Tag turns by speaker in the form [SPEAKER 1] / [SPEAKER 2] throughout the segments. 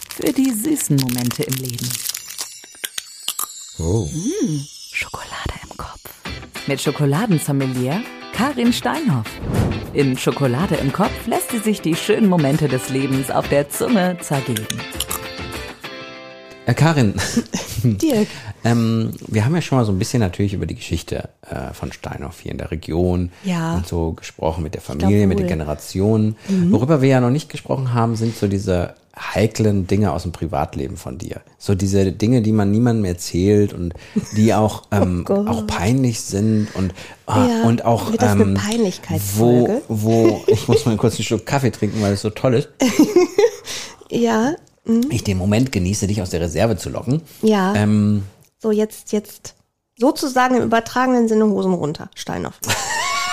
[SPEAKER 1] Für die süßen Momente im Leben.
[SPEAKER 2] Oh.
[SPEAKER 1] Schokolade im Kopf. Mit Schokoladensommelier Karin Steinhoff. In Schokolade im Kopf lässt sie sich die schönen Momente des Lebens auf der Zunge zergeben.
[SPEAKER 2] Äh, Karin,
[SPEAKER 3] Dirk.
[SPEAKER 2] ähm, wir haben ja schon mal so ein bisschen natürlich über die Geschichte äh, von Steinhoff hier in der Region
[SPEAKER 3] Ja.
[SPEAKER 2] und so gesprochen mit der Familie, mit den
[SPEAKER 3] wohl. Mhm.
[SPEAKER 2] Generationen. Worüber wir ja noch nicht gesprochen haben, sind so diese heiklen Dinge aus dem Privatleben von dir. So diese Dinge, die man niemandem erzählt und die auch, ähm,
[SPEAKER 3] Oh Gott.
[SPEAKER 2] auch peinlich sind und, ah,
[SPEAKER 3] Ja,
[SPEAKER 2] und auch
[SPEAKER 3] wird das eine
[SPEAKER 2] ähm, wo,
[SPEAKER 3] Peinlichkeitsfolge?
[SPEAKER 2] wo ich muss mal kurz einen Schluck Kaffee trinken, weil es so toll ist.
[SPEAKER 3] Ähm. Ja,
[SPEAKER 2] Ich den Moment genieße, dich aus der Reserve zu locken.
[SPEAKER 3] ja.
[SPEAKER 2] Ähm,
[SPEAKER 3] So, jetzt, jetzt. Sozusagen im übertragenen Sinne Hosen runter. Steinhoff.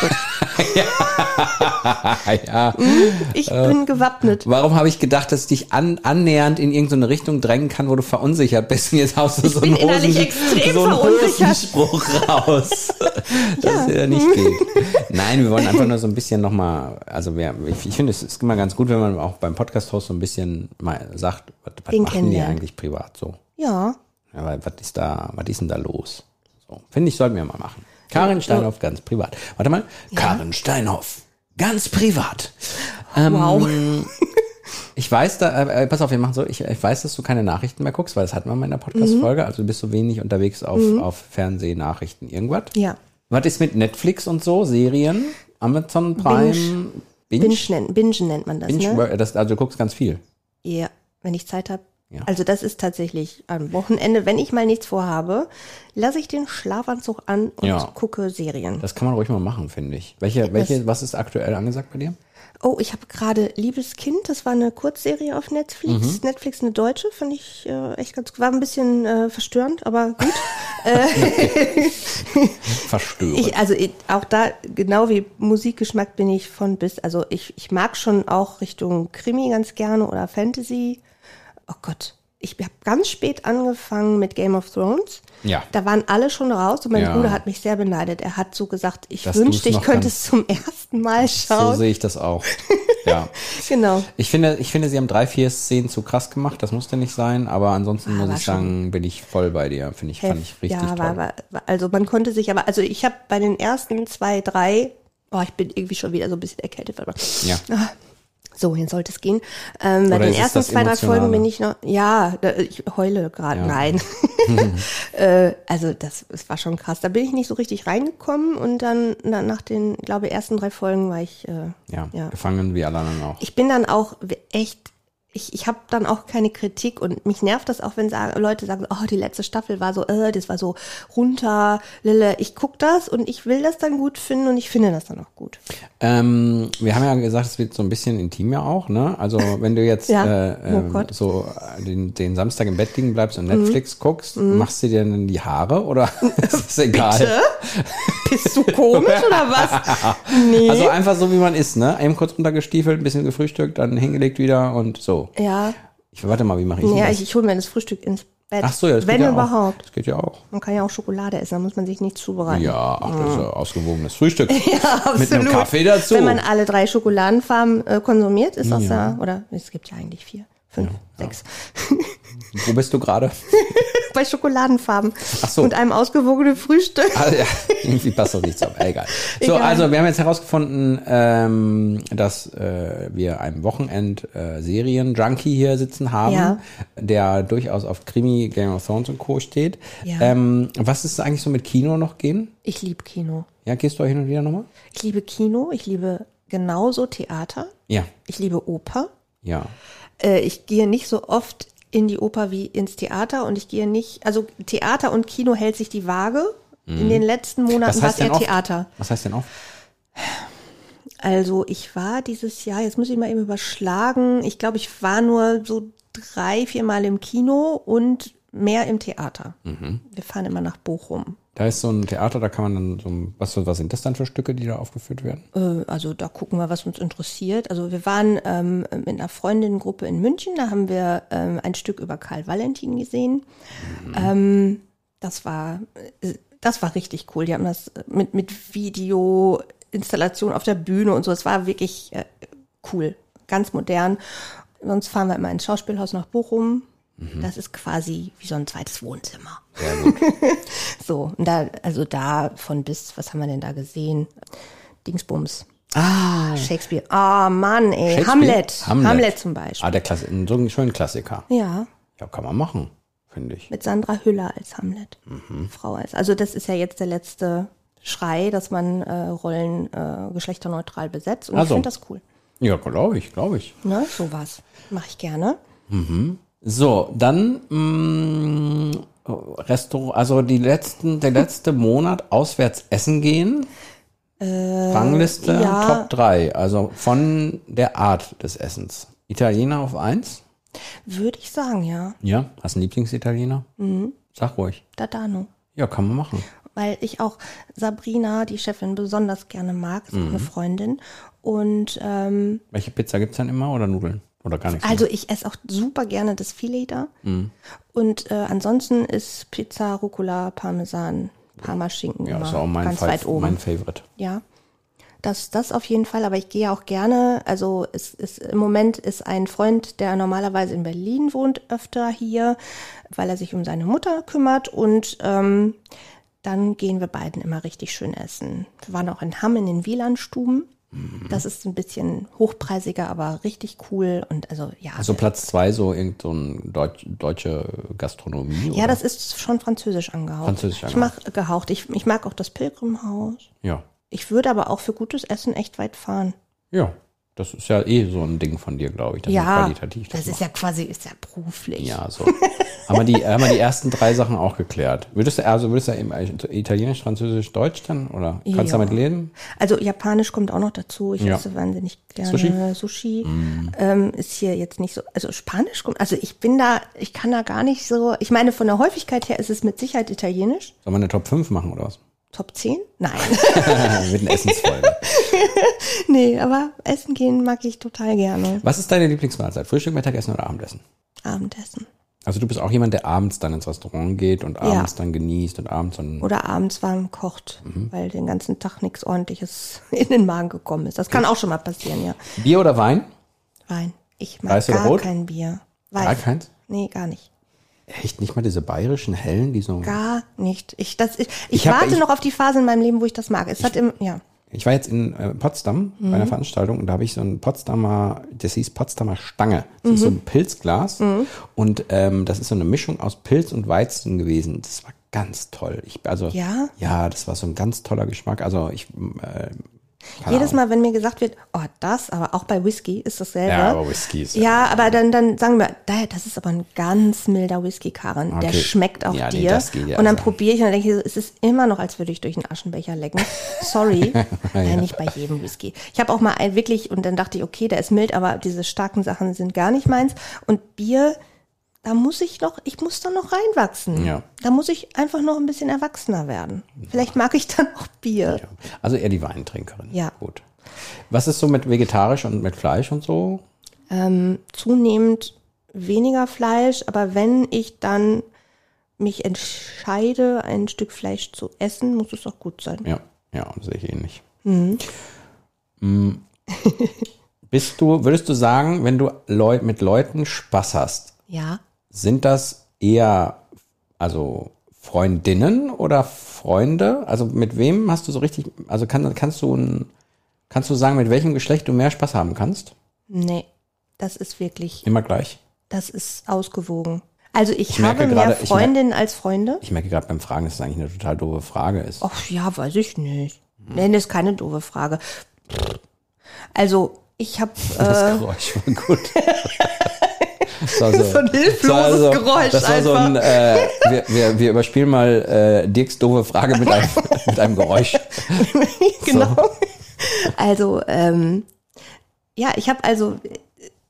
[SPEAKER 2] Ah ja.
[SPEAKER 3] Mhm,
[SPEAKER 2] Äh.
[SPEAKER 3] Ich bin gewappnet.
[SPEAKER 2] Warum habe ich gedacht, dass ich dich an, annähernd in irgendeine Richtung drängen kann, wo du verunsichert bist? Und jetzt haust du so
[SPEAKER 3] bin
[SPEAKER 2] einen
[SPEAKER 3] innerlich
[SPEAKER 2] Hosen,
[SPEAKER 3] extrem
[SPEAKER 2] so einen
[SPEAKER 3] verunsichert.
[SPEAKER 2] Hosenspruch raus. dass es ja nicht geht. Nein, wir wollen einfach nur so ein bisschen nochmal, also wir, ich, ich finde, es ist immer ganz gut, wenn man auch beim Podcast-Host so ein bisschen mal sagt, was, was
[SPEAKER 3] Den
[SPEAKER 2] machen die
[SPEAKER 3] kennenlernen.
[SPEAKER 2] eigentlich privat so?
[SPEAKER 3] Ja.
[SPEAKER 2] Ja, weil was ist da, was ist denn da los? So, finde ich, sollten wir mal machen. Karin Steinhoff, ganz privat. Warte mal. Karin Steinhoff, ganz privat. Ähm,
[SPEAKER 3] Wow.
[SPEAKER 2] Ich weiß, da, äh, äh, pass auf, wir machen so, ich, ich weiß, dass du keine Nachrichten mehr guckst, weil das hatten wir mal in der
[SPEAKER 3] Mhm.
[SPEAKER 2] Podcast-Folge, also du bist so wenig unterwegs auf, auf Fernsehnachrichten, irgendwas.
[SPEAKER 3] Ja.
[SPEAKER 2] Was ist mit Netflix und so, Serien, Amazon Prime, Binge,
[SPEAKER 3] Binge, nennt, Binge nennt man das,
[SPEAKER 2] Binge-
[SPEAKER 3] ne?
[SPEAKER 2] das, also du guckst ganz viel.
[SPEAKER 3] Ja, wenn ich Zeit habe.
[SPEAKER 2] Ja.
[SPEAKER 3] Also das ist tatsächlich am Wochenende, wenn ich mal nichts vorhabe, lasse ich den Schlafanzug an und
[SPEAKER 2] Ja.
[SPEAKER 3] gucke Serien.
[SPEAKER 2] Das kann man ruch mal machen, finde ich. Welche, welche, was ist aktuell angesagt bei dir?
[SPEAKER 3] Oh, ich habe gerade Liebes Kind, das war eine Kurzserie auf
[SPEAKER 2] Mhm.
[SPEAKER 3] Netflix. Netflix eine deutsche, fand ich äh, echt ganz war ein bisschen äh, verstörend, aber gut.
[SPEAKER 2] Verstörend.
[SPEAKER 3] Ich, also ich, auch da, genau wie Musikgeschmack bin ich von bis, also ich, ich mag schon auch Richtung Krimi ganz gerne oder Fantasy. Oh Gott, ich habe ganz spät angefangen mit Game of Thrones.
[SPEAKER 2] Ja.
[SPEAKER 3] Da waren alle schon raus und mein
[SPEAKER 2] Ja.
[SPEAKER 3] Bruder hat mich sehr beneidet. Er hat so gesagt, ich
[SPEAKER 2] Dass du's
[SPEAKER 3] wünschte, ich
[SPEAKER 2] noch
[SPEAKER 3] könnte
[SPEAKER 2] kannst.
[SPEAKER 3] es zum ersten Mal
[SPEAKER 2] So
[SPEAKER 3] schauen.
[SPEAKER 2] sehe ich das auch. Ja.
[SPEAKER 3] genau.
[SPEAKER 2] Ich finde, ich finde, sie haben drei, vier Szenen zu krass gemacht. Das musste nicht sein, aber ansonsten muss
[SPEAKER 3] Ah, war
[SPEAKER 2] ich sagen, bin ich voll bei dir. Finde ich, fand ich richtig
[SPEAKER 3] ja,
[SPEAKER 2] toll.
[SPEAKER 3] war, war, war, also man konnte sich aber, also ich habe bei den ersten zwei, drei, oh, ich bin irgendwie schon wieder so ein bisschen erkältet, aber
[SPEAKER 2] Ja.
[SPEAKER 3] So, jetzt sollte es gehen. Ähm, bei
[SPEAKER 2] Oder
[SPEAKER 3] den
[SPEAKER 2] ist es
[SPEAKER 3] ersten
[SPEAKER 2] das
[SPEAKER 3] zwei, drei
[SPEAKER 2] Emotionale?
[SPEAKER 3] Folgen bin ich noch. Ja, da, ich heule gerade. Nein. äh, also, das, es war schon krass. Da bin ich nicht so richtig reingekommen und dann na, nach den, glaube ersten drei Folgen war ich. Äh,
[SPEAKER 2] ja.
[SPEAKER 3] ja.
[SPEAKER 2] Gefangen wie alle anderen auch.
[SPEAKER 3] Ich bin dann auch we- echt. Ich, ich habe dann auch keine Kritik und mich nervt das auch, wenn sa- Leute sagen, oh, die letzte Staffel war so, äh, das war so runter, lille. Ich guck das und ich will das dann gut finden und ich finde das dann auch gut.
[SPEAKER 2] Ähm, wir haben ja gesagt, es wird so ein bisschen intim ja auch, ne? Also wenn du jetzt
[SPEAKER 3] Ja.
[SPEAKER 2] äh,
[SPEAKER 3] Oh
[SPEAKER 2] ähm,
[SPEAKER 3] Gott. Mhm.
[SPEAKER 2] so äh, den, den Samstag im Bett liegen bleibst und Netflix guckst, machst du dir dann die Haare oder ist das egal?
[SPEAKER 3] Bist du komisch oder was? Nee.
[SPEAKER 2] Also einfach so wie man ist, ne? Eben kurz untergestiefelt, ein bisschen gefrühstückt, dann hingelegt wieder und so.
[SPEAKER 3] ja.
[SPEAKER 2] Ich warte mal, wie mache ich denn
[SPEAKER 3] Ja,
[SPEAKER 2] das?
[SPEAKER 3] ich, ich hole mir das Frühstück ins Bett.
[SPEAKER 2] Ach so, ja, das
[SPEAKER 3] Wenn
[SPEAKER 2] geht ja Auch.
[SPEAKER 3] überhaupt.
[SPEAKER 2] Das geht ja auch.
[SPEAKER 3] Man kann ja auch Schokolade essen, da muss man sich nichts zubereiten.
[SPEAKER 2] Ja, ach, das ist
[SPEAKER 3] Ah.
[SPEAKER 2] ja ausgewogenes Frühstück.
[SPEAKER 3] absolut.
[SPEAKER 2] Mit einem Kaffee dazu.
[SPEAKER 3] Wenn man alle drei Schokoladenfarben äh, konsumiert, ist das ja, oder es gibt ja eigentlich vier, fünf, sechs.
[SPEAKER 2] Wo bist du gerade?
[SPEAKER 3] Bei Schokoladenfarben
[SPEAKER 2] Ach so.
[SPEAKER 3] und einem ausgewogenen Frühstück.
[SPEAKER 2] Also, ja, irgendwie passt das nicht zusammen. Egal. So,
[SPEAKER 3] Egal.
[SPEAKER 2] also wir haben jetzt herausgefunden, ähm, dass äh, wir einen Wochenend-Serien-Junkie hier sitzen haben,
[SPEAKER 3] Ja.
[SPEAKER 2] der durchaus auf Krimi, Game of Thrones und Co. steht.
[SPEAKER 3] Ja.
[SPEAKER 2] Ähm, was ist eigentlich so mit Kino noch gehen?
[SPEAKER 3] Ich liebe Kino.
[SPEAKER 2] Ja, gehst du auch hin und wieder nochmal?
[SPEAKER 3] Ich liebe Kino, ich liebe genauso Theater,
[SPEAKER 2] Ja.
[SPEAKER 3] ich liebe Oper.
[SPEAKER 2] Ja.
[SPEAKER 3] äh, ich gehe nicht so oft in die Oper wie ins Theater und ich gehe nicht, also Theater und Kino hält sich die Waage. In den letzten Monaten war es eher
[SPEAKER 2] oft?
[SPEAKER 3] Theater.
[SPEAKER 2] Was heißt denn oft?
[SPEAKER 3] Also ich war dieses Jahr, jetzt muss ich mal eben überschlagen, ich glaube, ich war nur so drei, vier Mal im Kino und mehr im Theater. Wir fahren immer nach Bochum.
[SPEAKER 2] Da ist so ein Theater, da kann man dann so, ein- was, was sind das dann für Stücke, die da aufgeführt werden?
[SPEAKER 3] Äh, Also da gucken wir, was uns interessiert. Also wir waren ähm, mit einer Freundinnengruppe in München, da haben wir ähm, ein Stück über Karl Valentin gesehen. Ähm, das war äh, das war richtig cool. Die haben das äh, mit mit Video, Installation auf der Bühne und so. Es war wirklich äh, cool, ganz modern. Sonst fahren wir immer ins Schauspielhaus nach Bochum. Das ist quasi wie so ein zweites Wohnzimmer.
[SPEAKER 2] Mhm. Sehr gut.
[SPEAKER 3] So, und da, also da von bis, was haben wir denn da gesehen? Dingsbums.
[SPEAKER 2] Ah,
[SPEAKER 3] Shakespeare. Ah, Mann, ey.
[SPEAKER 2] Shakespeare?
[SPEAKER 3] Hamlet.
[SPEAKER 2] Hamlet.
[SPEAKER 3] Hamlet. zum Beispiel.
[SPEAKER 2] ah der Klasse, so einen schönen Klassiker.
[SPEAKER 3] Ja,
[SPEAKER 2] Ja, kann man machen, finde ich.
[SPEAKER 3] mit Sandra Hüller als Hamlet.
[SPEAKER 2] Mhm.
[SPEAKER 3] Frau als. Also das ist ja jetzt der letzte Schrei, dass man äh, Rollen äh, geschlechterneutral besetzt. Und
[SPEAKER 2] Ach
[SPEAKER 3] ich
[SPEAKER 2] so.
[SPEAKER 3] finde das cool.
[SPEAKER 2] Ja, glaube ich, glaube ich.
[SPEAKER 3] Ne? So was. Mache ich gerne.
[SPEAKER 2] So, dann mh, Restaurant, also die letzten, der letzte Monat auswärts essen gehen. Rangliste
[SPEAKER 3] Äh, ja.
[SPEAKER 2] Top 3, also von der Art des Essens. Italiener auf 1?
[SPEAKER 3] Würde ich sagen, ja.
[SPEAKER 2] Ja. Hast du einen Lieblingsitaliener?
[SPEAKER 3] Mhm.
[SPEAKER 2] Sag ruhig.
[SPEAKER 3] Dadano.
[SPEAKER 2] Ja, kann man machen.
[SPEAKER 3] weil ich auch Sabrina, die Chefin, besonders gerne mag, ist auch
[SPEAKER 2] Mhm.
[SPEAKER 3] eine Freundin. Und ähm,
[SPEAKER 2] Welche Pizza gibt's dann immer oder Nudeln? Oder gar nichts?
[SPEAKER 3] also ich esse auch super gerne das Filet da.
[SPEAKER 2] Mhm.
[SPEAKER 3] Und äh, ansonsten ist Pizza, Rucola, Parmesan, Parmaschinken
[SPEAKER 2] ja,
[SPEAKER 3] immer
[SPEAKER 2] ist auch mein,
[SPEAKER 3] ganz
[SPEAKER 2] Fa
[SPEAKER 3] weit oben.
[SPEAKER 2] mein Favorite.
[SPEAKER 3] ja. Das, das auf jeden Fall, aber ich gehe auch gerne, also es ist, im Moment ist ein Freund, der normalerweise in Berlin wohnt, öfter hier, weil er sich um seine Mutter kümmert und ähm, dann gehen wir beiden immer richtig schön essen. Wir waren auch in Hamm in den Wielandstuben.
[SPEAKER 2] Mhm.
[SPEAKER 3] Das ist ein bisschen hochpreisiger, aber richtig cool und also ja.
[SPEAKER 2] Also Platz 2, so irgend so ein Deutsch, deutsche Gastronomie.
[SPEAKER 3] ja,
[SPEAKER 2] oder?
[SPEAKER 3] das ist schon französisch angehaucht.
[SPEAKER 2] Französisch
[SPEAKER 3] ich mach, gehaucht. Ich, ich mag auch das Pilgrimhaus.
[SPEAKER 2] Ja.
[SPEAKER 3] Ich würde aber auch für gutes Essen echt weit fahren.
[SPEAKER 2] Ja. Das ist ja eh so ein Ding von dir, glaube ich. dass man
[SPEAKER 3] Ja,
[SPEAKER 2] Qualitativ
[SPEAKER 3] das ist ja quasi ist ja beruflich.
[SPEAKER 2] Ja, so. haben, wir die, haben wir die ersten drei Sachen auch geklärt. Würdest du, also würdest du eben Italienisch, Französisch, Deutsch dann? Oder kannst du
[SPEAKER 3] Ja.
[SPEAKER 2] damit leben?
[SPEAKER 3] Also Japanisch kommt auch noch dazu. Ich
[SPEAKER 2] Ja.
[SPEAKER 3] esse wahnsinnig gerne
[SPEAKER 2] Sushi? Mm.
[SPEAKER 3] Sushi. Ähm, ist hier jetzt nicht so. Also Spanisch kommt. Also ich bin da, ich kann da gar nicht so. Ich meine, von der Häufigkeit her ist es mit Sicherheit Italienisch.
[SPEAKER 2] Soll man eine Top 5 machen oder was?
[SPEAKER 3] Top 10? Nein.
[SPEAKER 2] Mit einer Essensfolge.
[SPEAKER 3] nee, aber Essen gehen mag ich total gerne.
[SPEAKER 2] was ist deine Lieblingsmahlzeit? Frühstück, Mittagessen oder Abendessen?
[SPEAKER 3] Abendessen.
[SPEAKER 2] Also du bist auch jemand, der abends dann ins Restaurant geht und abends dann genießt und abends dann.
[SPEAKER 3] Oder abends warm kocht,
[SPEAKER 2] Mhm.
[SPEAKER 3] weil den ganzen Tag nichts ordentliches in den Magen gekommen ist. Das kann auch schon mal passieren, ja.
[SPEAKER 2] Bier oder Wein?
[SPEAKER 3] Wein. Ich mag
[SPEAKER 2] Weiß oder
[SPEAKER 3] gar
[SPEAKER 2] rot?
[SPEAKER 3] kein Bier.
[SPEAKER 2] Gar
[SPEAKER 3] Weiß.
[SPEAKER 2] keins?
[SPEAKER 3] Nee, gar nicht.
[SPEAKER 2] Echt nicht mal diese bayerischen Hellen, die so.
[SPEAKER 3] Gar nicht. Ich, das, ich, ich,
[SPEAKER 2] Ich hab-
[SPEAKER 3] warte
[SPEAKER 2] ich-
[SPEAKER 3] noch auf die Phase in meinem Leben, wo ich das mag. Es hat im, ja.
[SPEAKER 2] Ich war jetzt in äh, Potsdam bei
[SPEAKER 3] Mhm.
[SPEAKER 2] einer Veranstaltung und da habe ich so ein Potsdamer, das hieß Potsdamer Stange. Das ist so
[SPEAKER 3] Mhm.
[SPEAKER 2] ein Pilzglas und ähm, das ist so eine Mischung aus Pilz und Weizen gewesen. Das war ganz toll. Ich, also,
[SPEAKER 3] Ja?
[SPEAKER 2] Ja, das war so ein ganz toller Geschmack. Also ich, äh, keine
[SPEAKER 3] Jedes
[SPEAKER 2] Ahnung.
[SPEAKER 3] Mal, wenn mir gesagt wird, oh, das, aber auch bei Whisky ist dasselbe.
[SPEAKER 2] Ja, aber Whisky ist ja-
[SPEAKER 3] Ja, aber dann, dann sagen wir, da- das ist aber ein ganz milder Whisky, Karen. Der
[SPEAKER 2] Okay.
[SPEAKER 3] schmeckt auch
[SPEAKER 2] Ja, nee,
[SPEAKER 3] dir.
[SPEAKER 2] das geht ja
[SPEAKER 3] und dann
[SPEAKER 2] also.
[SPEAKER 3] probiere ich und dann denke ich, so, es ist immer noch, als würde ich durch einen Aschenbecher lecken. Sorry. Nein, nicht bei jedem Whisky. Ich habe auch mal ein wirklich, und dann dachte ich, okay, der ist mild, aber diese starken Sachen sind gar nicht meins. Und Bier, da muss ich noch, ich muss da noch reinwachsen.
[SPEAKER 2] Ja.
[SPEAKER 3] Da muss ich einfach noch ein bisschen erwachsener werden. Vielleicht mag ich dann auch Bier.
[SPEAKER 2] Ja. Also eher die Weintrinkerin.
[SPEAKER 3] Ja.
[SPEAKER 2] Gut. Was ist so mit vegetarisch und mit Fleisch und so?
[SPEAKER 3] Ähm, zunehmend weniger Fleisch, aber wenn ich dann mich entscheide, ein Stück Fleisch zu essen, muss es auch gut sein.
[SPEAKER 2] Ja, ja, sehe ich ähnlich. Mm. Bist du, würdest du sagen, wenn du Leu mit Leuten Spaß hast,
[SPEAKER 3] Ja.
[SPEAKER 2] sind das eher also Freundinnen oder Freunde? Also mit wem hast du so richtig, also kann, kannst du ein, kannst du sagen, mit welchem Geschlecht du mehr Spaß haben kannst?
[SPEAKER 3] Nee, das ist wirklich,
[SPEAKER 2] Immer gleich.
[SPEAKER 3] das ist ausgewogen. Also ich,
[SPEAKER 2] merke
[SPEAKER 3] habe
[SPEAKER 2] gerade,
[SPEAKER 3] mehr
[SPEAKER 2] ich merke-
[SPEAKER 3] Freundinnen als Freunde.
[SPEAKER 2] Ich merke gerade beim Fragen, dass es eigentlich eine total doofe Frage ist.
[SPEAKER 3] Ach ja, weiß ich nicht.
[SPEAKER 2] Hm.
[SPEAKER 3] Nee, das ist keine doofe Frage. Also ich habe äh,
[SPEAKER 2] Das Geräusch war gut. Das war
[SPEAKER 3] So ein hilfloses
[SPEAKER 2] das war
[SPEAKER 3] Geräusch
[SPEAKER 2] Das war so ein, äh, wir, wir, wir überspielen mal äh, Dirks doofe Frage mit einem, mit einem Geräusch.
[SPEAKER 3] genau. Also, ähm, ja, ich habe also äh,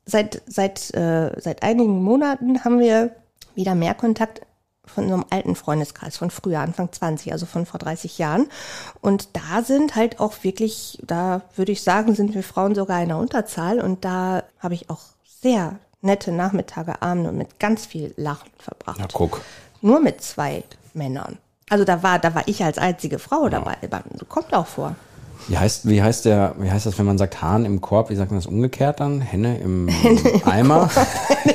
[SPEAKER 3] seit, seit, äh, seit einigen Monaten haben wir wieder mehr Kontakt von so einem alten Freundeskreis von früher, Anfang 20, also von vor 30 Jahren. Und da sind halt auch wirklich, da würde ich sagen, sind wir Frauen sogar in der Unterzahl. Und da habe ich auch sehr nette Nachmittage, Abende und mit ganz viel Lachen verbracht
[SPEAKER 2] Na guck.
[SPEAKER 3] nur mit zwei Männern. Also da war, da war ich als einzige Frau dabei. Aber Kommt auch vor.
[SPEAKER 2] Wie heißt, wie heißt der, wie heißt das, wenn man sagt Hahn im Korb, wie sagt man das umgekehrt dann? Henne im Eimer?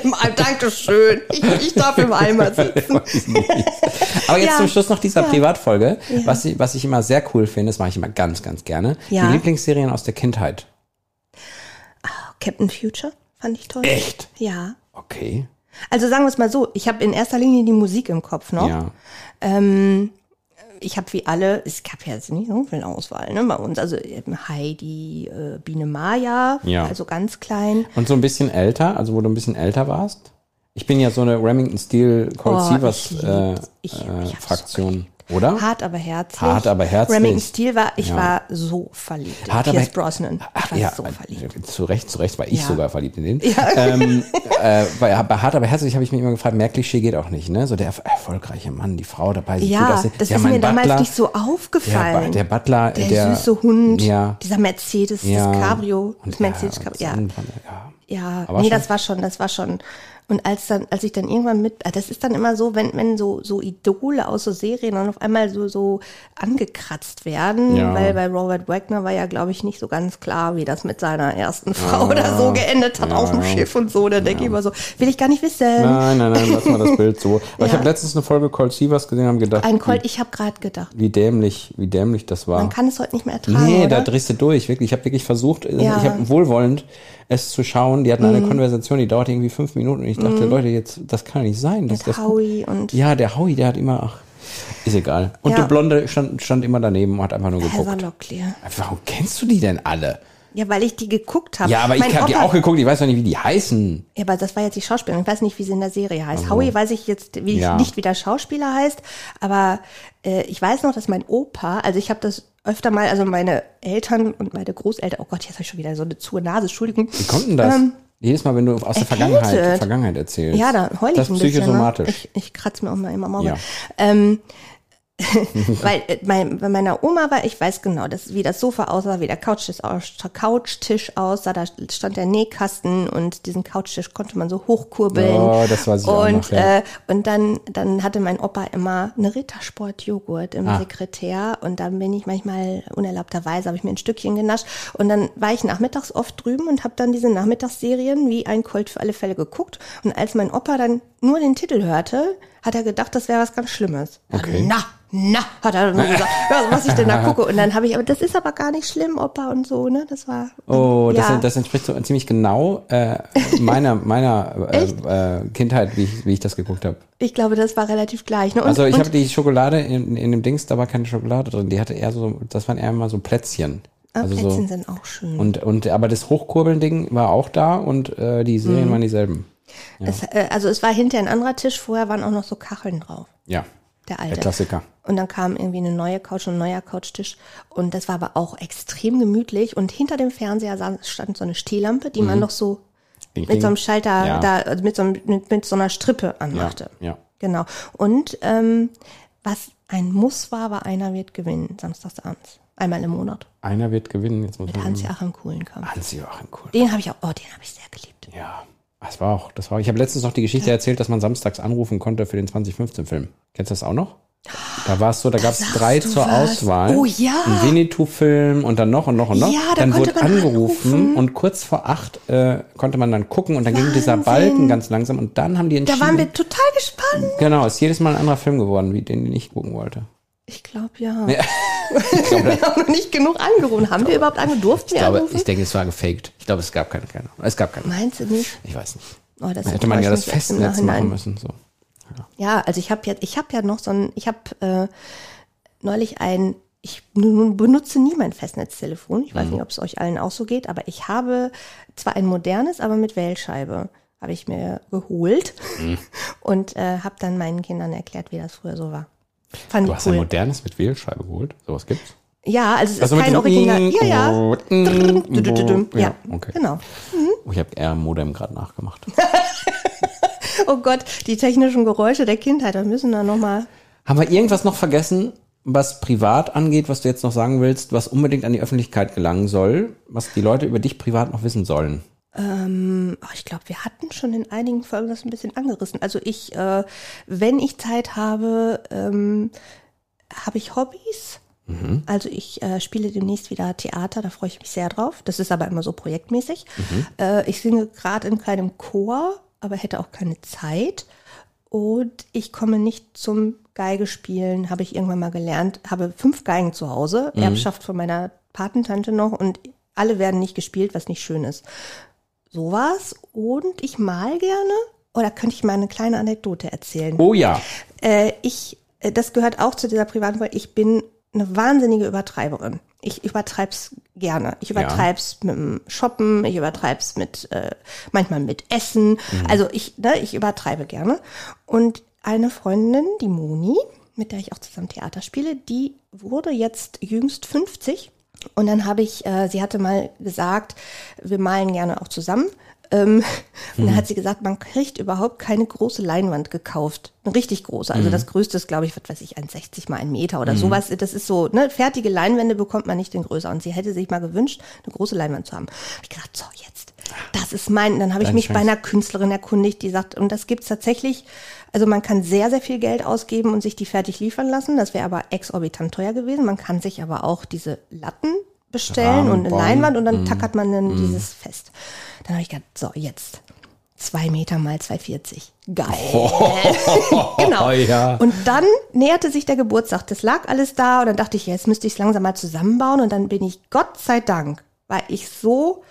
[SPEAKER 3] Im Eimer, Dankeschön. Ich, ich darf im Eimer sitzen.
[SPEAKER 2] Aber jetzt
[SPEAKER 3] Ja.
[SPEAKER 2] zum Schluss noch dieser Privatfolge. Was, ich, was ich immer sehr cool finde, das mache ich immer ganz, ganz gerne.
[SPEAKER 3] Ja.
[SPEAKER 2] Die Lieblingsserien aus der Kindheit.
[SPEAKER 3] Captain Future fand ich toll.
[SPEAKER 2] Echt?
[SPEAKER 3] Ja.
[SPEAKER 2] Okay.
[SPEAKER 3] Also sagen wir es mal so, ich habe in erster Linie die Musik im Kopf noch.
[SPEAKER 2] Ja.
[SPEAKER 3] Ähm, ich habe wie alle, es gab ja jetzt nicht so viel Auswahl ne, bei uns. Also eben Heidi, äh, Biene Maya,
[SPEAKER 2] Ja.
[SPEAKER 3] also ganz klein.
[SPEAKER 2] Und so ein bisschen älter, also wo du ein bisschen älter warst? Ich bin ja so eine Remington Steel Cold
[SPEAKER 3] Oh,
[SPEAKER 2] Sievers
[SPEAKER 3] ich
[SPEAKER 2] äh,
[SPEAKER 3] lieb's. Ich- ich
[SPEAKER 2] äh,
[SPEAKER 3] hab's so
[SPEAKER 2] Fraktion, oder?
[SPEAKER 3] Hart aber herzlich.
[SPEAKER 2] Hart, aber herzlich.
[SPEAKER 3] Remington Steel war, ich
[SPEAKER 2] Ja.
[SPEAKER 3] war so verliebt. in
[SPEAKER 2] Hart, aber-
[SPEAKER 3] Pierce Brosnan. Ich war
[SPEAKER 2] ja, äh,
[SPEAKER 3] so verliebt.
[SPEAKER 2] Zu Recht, zu Recht war ich
[SPEAKER 3] Ja.
[SPEAKER 2] sogar verliebt in den. Ähm, äh, bei, bei Hart aber herzlich habe ich mich immer gefragt, mehr Klischee geht auch nicht, ne? So der erf- erfolgreiche Mann, die Frau dabei, sieht gut
[SPEAKER 3] Ja,
[SPEAKER 2] aussehen.
[SPEAKER 3] das
[SPEAKER 2] Ja,
[SPEAKER 3] ist mir
[SPEAKER 2] mein
[SPEAKER 3] damals
[SPEAKER 2] Butler,
[SPEAKER 3] nicht so
[SPEAKER 2] der,
[SPEAKER 3] aufgefallen.
[SPEAKER 2] der Butler,
[SPEAKER 3] der,
[SPEAKER 2] der,
[SPEAKER 3] süße Hund,
[SPEAKER 2] Ja.
[SPEAKER 3] dieser Mercedes,
[SPEAKER 2] ja.
[SPEAKER 3] das Cabrio, das
[SPEAKER 2] Und
[SPEAKER 3] Mercedes
[SPEAKER 2] ja,
[SPEAKER 3] Cabrio,
[SPEAKER 2] das
[SPEAKER 3] ja.
[SPEAKER 2] andere, ja.
[SPEAKER 3] Ja,
[SPEAKER 2] Aber
[SPEAKER 3] nee,
[SPEAKER 2] schon-
[SPEAKER 3] das war schon, das war schon. Und als dann, als ich dann irgendwann mit, ah, das ist dann immer so, wenn, wenn so, so Idole aus so Serien dann auf einmal so, so angekratzt werden,
[SPEAKER 2] Ja.
[SPEAKER 3] weil bei Robert Wagner war ja, glaube ich, nicht so ganz klar, wie das mit seiner ersten Frau oder so geendet hat
[SPEAKER 2] Ah. Ja,
[SPEAKER 3] auf dem
[SPEAKER 2] ja.
[SPEAKER 3] Schiff und so, da denke ich immer so, will ich gar nicht wissen.
[SPEAKER 2] Nein, nein, nein, lass mal das Bild so. Aber ich
[SPEAKER 3] Ja.
[SPEAKER 2] habe letztens eine Folge Cold Sievers gesehen und habe gedacht,
[SPEAKER 3] Ein Colt, ich habe gerade gedacht,
[SPEAKER 2] wie dämlich, wie dämlich das war.
[SPEAKER 3] man kann es heute nicht mehr ertragen.
[SPEAKER 2] Nee,
[SPEAKER 3] oder?
[SPEAKER 2] da drehst du durch, wirklich. Ich habe wirklich versucht, äh,
[SPEAKER 3] Ja. Mhm.
[SPEAKER 2] ich habe wohlwollend es zu schauen. Die hatten eine Konversation, die dauerte irgendwie fünf Minuten und ich dachte, Leute, jetzt, das kann doch nicht sein. Das,
[SPEAKER 3] Mit
[SPEAKER 2] das,
[SPEAKER 3] Mhm. Howie und
[SPEAKER 2] Ja, der Howie, der hat immer, ach, ist egal. Und
[SPEAKER 3] Ja.
[SPEAKER 2] der Blonde stand, stand immer daneben und hat einfach nur
[SPEAKER 3] Heather
[SPEAKER 2] geguckt.
[SPEAKER 3] Locklear.
[SPEAKER 2] Warum kennst du die denn alle?
[SPEAKER 3] Ja, weil ich die geguckt habe.
[SPEAKER 2] Ja, aber ich
[SPEAKER 3] Mein
[SPEAKER 2] habe die
[SPEAKER 3] Opa-
[SPEAKER 2] auch geguckt, ich weiß noch nicht, wie die heißen.
[SPEAKER 3] Ja, aber das war jetzt die Schauspielerin. Ich weiß nicht, wie sie in der Serie heißt. Howie weiß ich jetzt wie
[SPEAKER 2] Also Ja.
[SPEAKER 3] nicht, wie der Schauspieler heißt, aber äh, ich weiß noch, dass mein Opa, also ich habe das öfter mal, also meine Eltern und meine Großeltern, oh Gott, jetzt habe ich schon wieder so eine zu Nase, Entschuldigung.
[SPEAKER 2] Wie kommt denn das? Jedes Mal, wenn du aus der Vergangenheit,
[SPEAKER 3] erkältet.
[SPEAKER 2] Vergangenheit erzählst.
[SPEAKER 3] Ähm, Ja, da heul ich
[SPEAKER 2] Das
[SPEAKER 3] ein
[SPEAKER 2] ist
[SPEAKER 3] bisschen.
[SPEAKER 2] psychosomatisch.
[SPEAKER 3] Ne? Ich, ich kratze mir auch mal immer am Auge.
[SPEAKER 2] Ja.
[SPEAKER 3] Ähm, weil äh, mein, bei meiner Oma war, ich weiß genau, dass, wie das Sofa aussah, wie der Couchtisch, aus- Couchtisch aussah, da stand der Nähkasten und diesen Couchtisch konnte man so hochkurbeln.
[SPEAKER 2] Oh, das weiß ich
[SPEAKER 3] und,
[SPEAKER 2] auch noch, ja.
[SPEAKER 3] äh, Und dann, dann hatte mein Opa immer eine Rittersport-Joghurt im
[SPEAKER 2] Ah.
[SPEAKER 3] Sekretär und dann bin ich manchmal unerlaubterweise, habe ich mir ein Stückchen genascht und dann war ich nachmittags oft drüben und habe dann diese Nachmittagsserien wie ein Colt für alle Fälle geguckt und als mein Opa dann nur den Titel hörte, hat er gedacht, das wäre was ganz Schlimmes.
[SPEAKER 2] Okay.
[SPEAKER 3] Na, na, hat er dann so gesagt, ja, was ich denn da gucke. Und dann habe ich, aber das ist aber gar nicht schlimm, Opa und so, ne? Das war.
[SPEAKER 2] Oh, das,
[SPEAKER 3] ja.
[SPEAKER 2] das entspricht so ziemlich genau äh, meiner, meiner äh, äh, Kindheit, wie ich, wie ich das geguckt habe.
[SPEAKER 3] Ich glaube, das war relativ gleich. Ne? Und,
[SPEAKER 2] Also ich
[SPEAKER 3] und-
[SPEAKER 2] habe die Schokolade in, in dem Dings, da war keine Schokolade drin. Die hatte eher so, das waren eher mal so Plätzchen.
[SPEAKER 3] Ah,
[SPEAKER 2] also
[SPEAKER 3] Plätzchen
[SPEAKER 2] so.
[SPEAKER 3] sind auch schön.
[SPEAKER 2] Und, und aber das Hochkurbeln-Ding war auch da und äh, die
[SPEAKER 3] Mhm.
[SPEAKER 2] Serien waren dieselben.
[SPEAKER 3] Es, äh, also es war hinter ein anderer Tisch, vorher waren auch noch so Kacheln drauf,
[SPEAKER 2] Ja.
[SPEAKER 3] der
[SPEAKER 2] Der
[SPEAKER 3] alte.
[SPEAKER 2] Klassiker.
[SPEAKER 3] und dann kam irgendwie eine neue Couch und ein neuer Couchtisch. Und das war aber auch extrem gemütlich. Und hinter dem Fernseher sa- stand so eine Stehlampe, die man noch so
[SPEAKER 2] Mhm. Ding,
[SPEAKER 3] mit so einem Schalter,
[SPEAKER 2] Ja.
[SPEAKER 3] da, also mit, so einem, mit, mit so einer Strippe
[SPEAKER 2] ja,
[SPEAKER 3] anmachte.
[SPEAKER 2] ja.
[SPEAKER 3] Genau. Und ähm, was ein Muss war, war einer wird gewinnen, samstagsabends. Einmal im Monat.
[SPEAKER 2] Einer wird gewinnen. Jetzt muss
[SPEAKER 3] Mit Hans-Joachim Kuhlenkamp.
[SPEAKER 2] Hans-Joachim Kuhn.
[SPEAKER 3] Den habe ich auch, oh, den habe ich sehr geliebt.
[SPEAKER 2] Ja, das war auch, das war, ich habe letztens noch die Geschichte erzählt, dass man samstags anrufen konnte für den 2015-Film. Kennst du das auch noch? Da war es so, da gab es
[SPEAKER 3] sagst
[SPEAKER 2] drei
[SPEAKER 3] du
[SPEAKER 2] zur
[SPEAKER 3] was.
[SPEAKER 2] Auswahl.
[SPEAKER 3] Oh ja.
[SPEAKER 2] Ein Winnetou-Film und dann noch und noch und noch.
[SPEAKER 3] Ja, da
[SPEAKER 2] dann
[SPEAKER 3] konnte
[SPEAKER 2] wurde
[SPEAKER 3] man
[SPEAKER 2] angerufen
[SPEAKER 3] anrufen.
[SPEAKER 2] und kurz vor acht äh, konnte man dann gucken und dann ging dieser
[SPEAKER 3] Wahnsinn.
[SPEAKER 2] Balken ganz langsam und dann haben die
[SPEAKER 3] Da
[SPEAKER 2] entschieden.
[SPEAKER 3] waren wir total gespannt.
[SPEAKER 2] genau, ist jedes Mal ein anderer Film geworden, wie den, den ich gucken wollte.
[SPEAKER 3] Ich glaube ja. wir haben noch nicht genug angerufen. Haben wir überhaupt angerufen? Durften
[SPEAKER 2] Ich
[SPEAKER 3] wir
[SPEAKER 2] glaube,
[SPEAKER 3] anrufen?
[SPEAKER 2] ich denke, es war gefaked. Ich glaube, es gab keine, keine. Es gab keine.
[SPEAKER 3] Meinst du nicht?
[SPEAKER 2] Ich weiß nicht.
[SPEAKER 3] Oh, das
[SPEAKER 2] Da hätte man ja das
[SPEAKER 3] enttäuscht mich jetzt
[SPEAKER 2] Festnetz machen
[SPEAKER 3] im Nachhinein.
[SPEAKER 2] müssen. So.
[SPEAKER 3] Ja, also ich habe jetzt, ich habe ja noch so ein, ich habe äh, neulich ein, ich nun benutze nie mein Festnetztelefon. Ich
[SPEAKER 2] Mhm.
[SPEAKER 3] weiß nicht, ob es euch allen auch so geht, aber ich habe zwar ein modernes, aber mit Wählscheibe habe ich mir geholt
[SPEAKER 2] Mhm.
[SPEAKER 3] und äh, habe dann meinen Kindern erklärt, wie das früher so war. Fand
[SPEAKER 2] Du
[SPEAKER 3] ich
[SPEAKER 2] hast ein
[SPEAKER 3] cool.
[SPEAKER 2] modernes mit Wählscheibe geholt. Sowas gibt's.
[SPEAKER 3] Ja, also es ist
[SPEAKER 2] Also mit
[SPEAKER 3] kein
[SPEAKER 2] dem
[SPEAKER 3] Original.
[SPEAKER 2] Ing-
[SPEAKER 3] Ja, ja.
[SPEAKER 2] Oh, Ing-
[SPEAKER 3] Dudududum.
[SPEAKER 2] Ja,
[SPEAKER 3] Ja,
[SPEAKER 2] okay.
[SPEAKER 3] genau.
[SPEAKER 2] Oh, Ich habe eher Modem gerade nachgemacht.
[SPEAKER 3] Oh Gott, die technischen Geräusche der Kindheit, da müssen wir nochmal.
[SPEAKER 2] Haben wir irgendwas noch vergessen, was privat angeht, was du jetzt noch sagen willst, was unbedingt an die Öffentlichkeit gelangen soll, was die Leute über dich privat noch wissen sollen?
[SPEAKER 3] Oh, ich glaube, wir hatten schon in einigen Folgen das ein bisschen angerissen. Also ich, äh, wenn ich Zeit habe, ähm, habe ich Hobbys. Also ich äh, spiele demnächst wieder Theater, da freue ich mich sehr drauf. Das ist aber immer so projektmäßig. Äh, ich singe gerade in keinem Chor, aber hätte auch keine Zeit. Und ich komme nicht zum Geigespielen, habe ich irgendwann mal gelernt. Habe fünf Geigen zu Hause, Erbschaft von meiner Patentante noch und alle werden nicht gespielt, was nicht schön ist. Sowas. Und ich mal gerne. Oder könnte ich mal eine kleine Anekdote erzählen?
[SPEAKER 2] Oh ja.
[SPEAKER 3] Äh, ich, äh, das gehört auch zu dieser privaten Folge. Ich bin eine wahnsinnige Übertreiberin. Ich übertreib's gerne. Ich übertreib's mit dem Shoppen, ich übertreib's mit äh, manchmal mit Essen. Also ich, ne, ich übertreibe gerne. Und eine Freundin, die Moni, mit der ich auch zusammen Theater spiele, die wurde jetzt jüngst 50. Und dann habe ich, äh, sie hatte mal gesagt, wir malen gerne auch zusammen. Ähm, Und
[SPEAKER 2] Mhm.
[SPEAKER 3] dann hat sie gesagt, man kriegt überhaupt keine große Leinwand gekauft. Eine richtig große.
[SPEAKER 2] Mhm.
[SPEAKER 3] Also das größte ist, glaube ich, was weiß ich, 1,60 mal ein Meter oder sowas. Das ist so, ne, fertige Leinwände bekommt man nicht in größer. Und sie hätte sich mal gewünscht, eine große Leinwand zu haben. Hab ich gesagt, so, jetzt. Das ist mein. Dann habe ich
[SPEAKER 2] Deine
[SPEAKER 3] mich bei
[SPEAKER 2] Chance.
[SPEAKER 3] einer Künstlerin erkundigt, die sagt, und das gibt's tatsächlich, also man kann sehr, sehr viel Geld ausgeben und sich die fertig liefern lassen. Das wäre aber exorbitant teuer gewesen. Man kann sich aber auch diese Latten bestellen
[SPEAKER 2] Rahmen
[SPEAKER 3] und eine
[SPEAKER 2] bauen.
[SPEAKER 3] Leinwand und dann tackert man dann
[SPEAKER 2] Mhm.
[SPEAKER 3] dieses fest. Dann habe ich gedacht, so, jetzt. Zwei Meter mal 2,40. Geil. genau.
[SPEAKER 2] Oh ja.
[SPEAKER 3] Und dann näherte sich der Geburtstag. Das lag alles da und dann dachte ich, jetzt müsste ich es langsam mal zusammenbauen und dann bin ich Gott sei Dank, weil ich so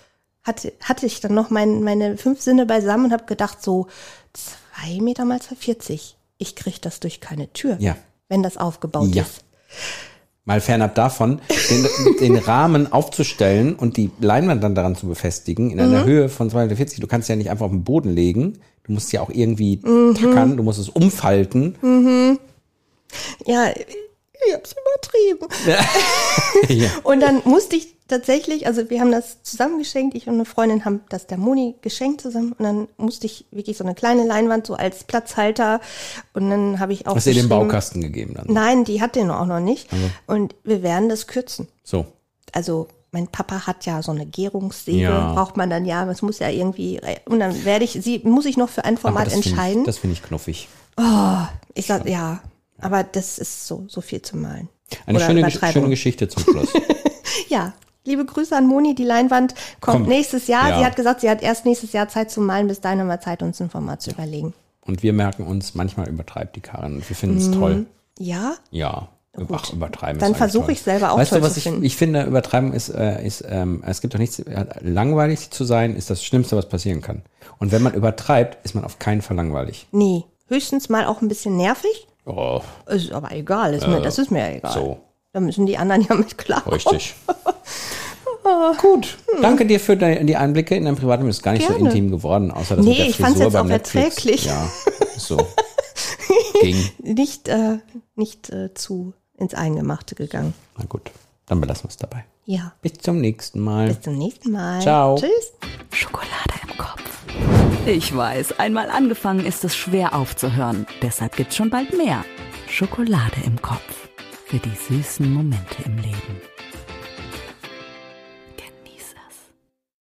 [SPEAKER 3] hatte, hatte ich dann noch mein, meine fünf Sinne beisammen und habe gedacht, so zwei Meter mal 240. Ich krieg das durch keine Tür,
[SPEAKER 2] Ja.
[SPEAKER 3] wenn das aufgebaut
[SPEAKER 2] Ja.
[SPEAKER 3] ist.
[SPEAKER 2] Mal fernab davon, den, den Rahmen aufzustellen und die Leinwand dann daran zu befestigen, in
[SPEAKER 3] Mhm.
[SPEAKER 2] einer Höhe von 240. Du kannst sie ja nicht einfach auf den Boden legen. Du musst ja auch irgendwie
[SPEAKER 3] Mhm.
[SPEAKER 2] tackern, du musst es umfalten.
[SPEAKER 3] Ja, ich hab's übertrieben.
[SPEAKER 2] Ja.
[SPEAKER 3] Und dann musste ich tatsächlich, also wir haben das zusammen geschenkt, ich und eine Freundin haben das der Moni geschenkt zusammen und dann musste ich wirklich so eine kleine Leinwand so als Platzhalter und dann habe ich auch
[SPEAKER 2] Hast du ihr den
[SPEAKER 3] geschrieben-
[SPEAKER 2] Baukasten Also. gegeben dann?
[SPEAKER 3] Nein, die hat den auch noch nicht und wir werden das kürzen.
[SPEAKER 2] So.
[SPEAKER 3] Also mein Papa hat ja so eine Gärungssäge,
[SPEAKER 2] Ja.
[SPEAKER 3] braucht man dann ja, es muss ja irgendwie und dann werde ich sie muss ich noch für ein
[SPEAKER 2] Aber
[SPEAKER 3] Format
[SPEAKER 2] das finde
[SPEAKER 3] entscheiden.
[SPEAKER 2] Ich, das finde ich knuffig.
[SPEAKER 3] ich sag ja, aber das ist so so viel zu malen.
[SPEAKER 2] Eine
[SPEAKER 3] Oder
[SPEAKER 2] schöne, Gesch-
[SPEAKER 3] Übertreibung.
[SPEAKER 2] schöne Geschichte zum Schluss.
[SPEAKER 3] Ja, liebe Grüße an Moni. Die Leinwand kommt
[SPEAKER 2] Kommt.
[SPEAKER 3] nächstes Jahr.
[SPEAKER 2] Ja.
[SPEAKER 3] Sie hat gesagt, sie hat erst nächstes Jahr Zeit zu malen. Bis dahin haben wir Zeit, uns ein Format zu überlegen.
[SPEAKER 2] Und wir merken uns, manchmal übertreibt die Karin. und Wir finden es toll.
[SPEAKER 3] Ja,
[SPEAKER 2] Ja. Ach, übertreiben.
[SPEAKER 3] Mhm. Dann
[SPEAKER 2] ist eigentlich
[SPEAKER 3] versuche
[SPEAKER 2] toll.
[SPEAKER 3] ich selber auch
[SPEAKER 2] Weißt
[SPEAKER 3] toll
[SPEAKER 2] du, was
[SPEAKER 3] zu
[SPEAKER 2] ich,
[SPEAKER 3] finden.
[SPEAKER 2] ich finde, Übertreiben ist, äh, ist ähm, es gibt doch nichts, äh, langweilig zu sein ist das Schlimmste, was passieren kann. Und wenn man übertreibt, ist man auf keinen Fall langweilig.
[SPEAKER 3] nee. Höchstens mal auch ein bisschen nervig.
[SPEAKER 2] Oh,
[SPEAKER 3] Ist aber egal. Ist mir, das ist mir egal.
[SPEAKER 2] Äh, so.
[SPEAKER 3] Da müssen die anderen ja mit klarkommen.
[SPEAKER 2] richtig. Gut. Danke dir für de- die Einblicke in dein Privatleben. Ist gar nicht so
[SPEAKER 3] Gerne.
[SPEAKER 2] intim geworden, außer dass
[SPEAKER 3] Nee,
[SPEAKER 2] mit der
[SPEAKER 3] ich fand's
[SPEAKER 2] Frisur
[SPEAKER 3] jetzt
[SPEAKER 2] beim
[SPEAKER 3] auch
[SPEAKER 2] Netflix.
[SPEAKER 3] erträglich.
[SPEAKER 2] Ja, so. Ging.
[SPEAKER 3] Nicht, äh, nicht äh, zu ins Eingemachte gegangen.
[SPEAKER 2] Na gut, dann belassen wir es dabei.
[SPEAKER 3] Ja.
[SPEAKER 2] Bis zum nächsten Mal.
[SPEAKER 3] Bis zum nächsten Mal.
[SPEAKER 2] Ciao.
[SPEAKER 3] Tschüss.
[SPEAKER 1] Schokolade im Kopf. Ich weiß, einmal angefangen ist es schwer aufzuhören. Deshalb gibt's schon bald mehr. Schokolade im Kopf. Für die süßen Momente im Leben.